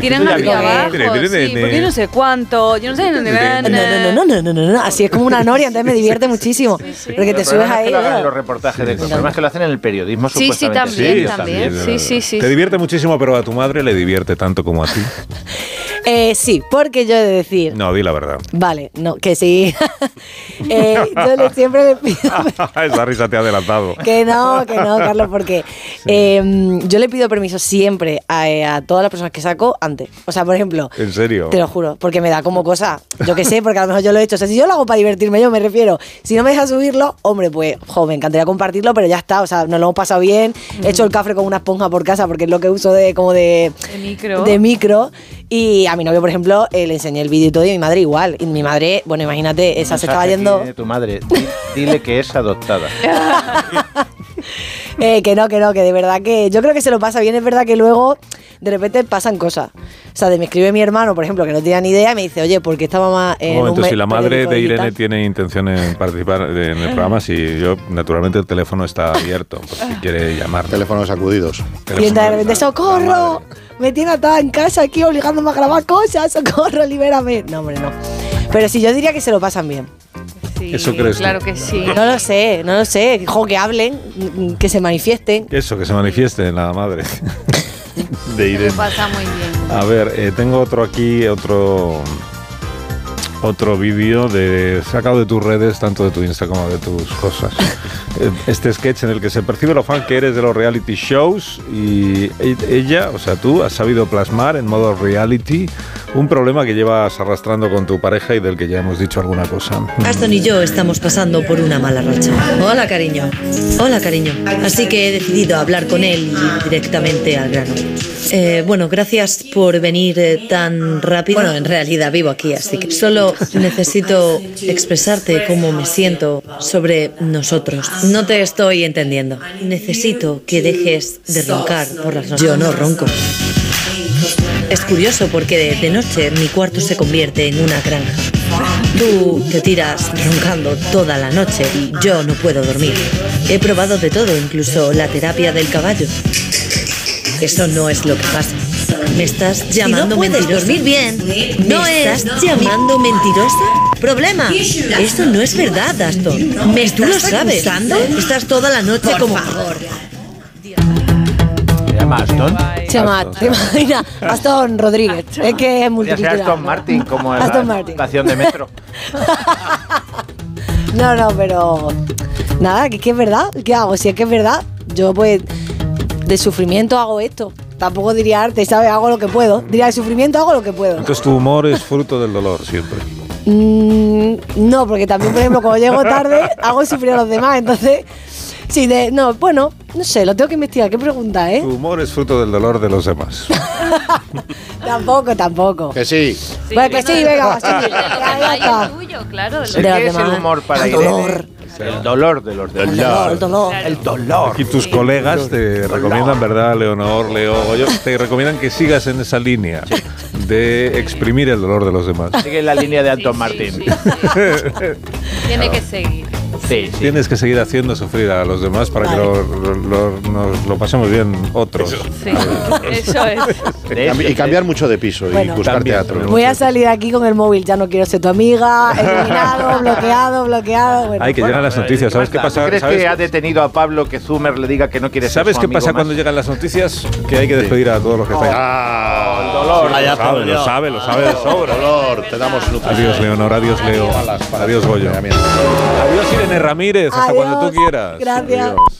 B: Tiran hacia abajo, sí, porque yo no sé cuánto, yo no sé dónde van.
F: No, no, no, no, no, no, así es como una noria, entonces me divierte muchísimo. Porque te
O: El
F: subes
O: problema es que
F: ahí.
O: lo hagan
F: ¿no?
O: en los reportajes de El problema es que lo hacen en el periodismo,
F: Sí, sí,
O: supuestamente.
F: también, Sí, también. también. Sí, sí, sí.
A: Te divierte muchísimo, pero a tu madre le divierte tanto como a ti.
F: Eh, sí, porque yo he de decir.
A: No, di la verdad.
F: Vale, no, que sí. (laughs) Eh,
A: (laughs)
F: yo le- siempre le pido
A: Esa risa te ha adelantado.
F: Que no, que no, Carlos, porque eh, yo le pido permiso siempre a, a todas las personas que saco antes. O sea, por ejemplo,
A: ¿En serio?
F: te lo juro, porque me da como cosa. Yo que sé, porque a lo mejor yo lo he hecho. O sea, si yo lo hago para divertirme, yo me refiero. Si no me deja subirlo, hombre, pues, jo, me encantaría compartirlo, pero ya está. O sea, nos lo hemos pasado bien. He hecho el cafre con una esponja por casa, porque es lo que uso de como de,
B: De micro.
F: de micro. Y a mi novio, por ejemplo, eh, le enseñé el vídeo y todo, y a mi madre igual. Y mi madre, bueno, imagínate, esa se estaba
O: Mensaje
F: yendo.
O: tiene tu madre, Di- dile que es adoptada.
F: Eh, que no, que no, que de verdad que yo creo que se lo pasa bien. Es verdad que luego de repente pasan cosas. O sea, de, me escribe mi hermano, por ejemplo, que no tenía ni idea, y me dice, oye, ¿por qué esta mamá en
A: Un momento,
F: me-
A: si la madre
F: periódico
A: de Irene
F: digital?".
A: tiene intención en participar en
F: Eh.
A: el programa, si yo, naturalmente el teléfono está abierto, por si quiere llamar.
D: Teléfonos acudidos.
F: Y entonces de repente, ¡socorro! Me tiene atada en casa aquí obligándome a grabar cosas, ¡socorro, libérame! No, hombre, no. Pero sí, yo diría que se lo pasan bien.
A: Eso crees. tú.
F: que sí. No lo sé, no lo sé. Jo, que hablen, mm, que se manifiesten.
A: Eso, que se manifieste en
F: (laughs)
A: la madre de
V: Me
A: Irene.
V: pasa muy bien.
A: A ver, eh, tengo otro aquí, otro otro vídeo de sacado de tus redes, tanto de tu Insta como de tus cosas. Eh, este sketch en el que se percibe lo fan que eres de los reality shows y e- ella, o sea, tú, has sabido plasmar en modo reality un problema que llevas arrastrando con tu pareja y del que ya hemos dicho alguna cosa.
K: Aston y yo estamos pasando por una mala racha. Hola, cariño. Hola, cariño. Así que he decidido hablar con él y directamente al grano. Eh, bueno, gracias por venir eh, tan rápido. Bueno, en realidad vivo aquí, así que solo necesito expresarte cómo me siento sobre nosotros. No te estoy entendiendo. Necesito que dejes de roncar por las noches.
U: Yo no ronco.
K: Es curioso porque de, de noche mi cuarto se convierte en una granja. Tú te tiras roncando toda la noche y yo no puedo dormir. He probado de todo, incluso la terapia del caballo. Eso no es lo que pasa. ¿Me estás llamando
U: no puedes
K: mentirosa?
U: dormir bien,
K: ¿Me
U: no es-
K: estás llamando mentirosa? ¡Problema! Esto no es verdad, Aston.
U: ¿Me
K: ¿Tú lo
U: estás
K: sabes?
U: acusando?
K: Estás toda la noche
U: Por
K: como...
O: ¿Se llama Aston?
F: Chema, te imaginas, Aston Rodríguez, es que es
O: Ya sea
F: multicultural.
O: Aston Martin, como en la
F: Aston Martin.
O: estación de metro.
F: No, no, pero nada, que, que es verdad. ¿Qué hago? Si es que es verdad, yo pues de sufrimiento hago esto. Tampoco diría arte, ¿sabes? Hago lo que puedo. Diría de sufrimiento hago lo que puedo.
A: Entonces tu humor es fruto del dolor siempre.
F: Mm, no, porque también, por ejemplo, cuando llego tarde, hago sufrir a los demás. Entonces, sí, de, no, bueno, no sé, lo tengo que investigar. ¿Qué pregunta, eh?
A: Tu humor es fruto del dolor de los demás.
F: Tampoco, tampoco.
D: Que sí.
F: Bueno, que sí, venga, va, sí. Ya, ya está.
B: tuyo, claro.
O: ¿El qué es el humor para
F: El
O: Irene?
F: dolor.
O: El dolor de los demás.
A: El dolor, el
F: dolor.
O: El dolor.
A: Y tus colegas te recomiendan, ¿verdad, Leonor, Leo, Goyo? Te recomiendan que sigas en esa línea de exprimir el dolor de los demás.
O: Sigue la línea de Anton Martín. Sí,
B: Tiene que seguir.
O: sí.
A: Tienes que seguir haciendo sufrir a los demás para que lo, lo- nos lo pasemos bien otros.
B: Sí, eso es.
D: Y cambi- y cambiar mucho de piso
A: Bueno.
D: y buscar
A: También,
D: teatro.
F: Voy a salir de aquí con el móvil, ya no quiero ser tu amiga, eliminado, bloqueado, bloqueado. Bueno,
A: Hay que llegar a las noticias. ¿Sabes qué pasa?
O: ¿Tú eh, crees
A: ¿Sabes?
O: que ha detenido a Pablo que Zumer le diga que no quiere ser
A: ¿Sabes
O: su
A: qué
O: amigo
A: pasa
O: más?
A: cuando llegan las noticias? Que hay que despedir a todos los que están.
D: Ah,
O: el dolor.
A: Lo sabe, lo sabe, lo sabe de sobra.
D: Dolor, te damos luz.
A: Adiós, Leonor. Adiós, Leo. Adiós, Goyo. Adiós, Irene Ramírez. Hasta cuando tú quieras.
F: Gracias.
A: Adiós.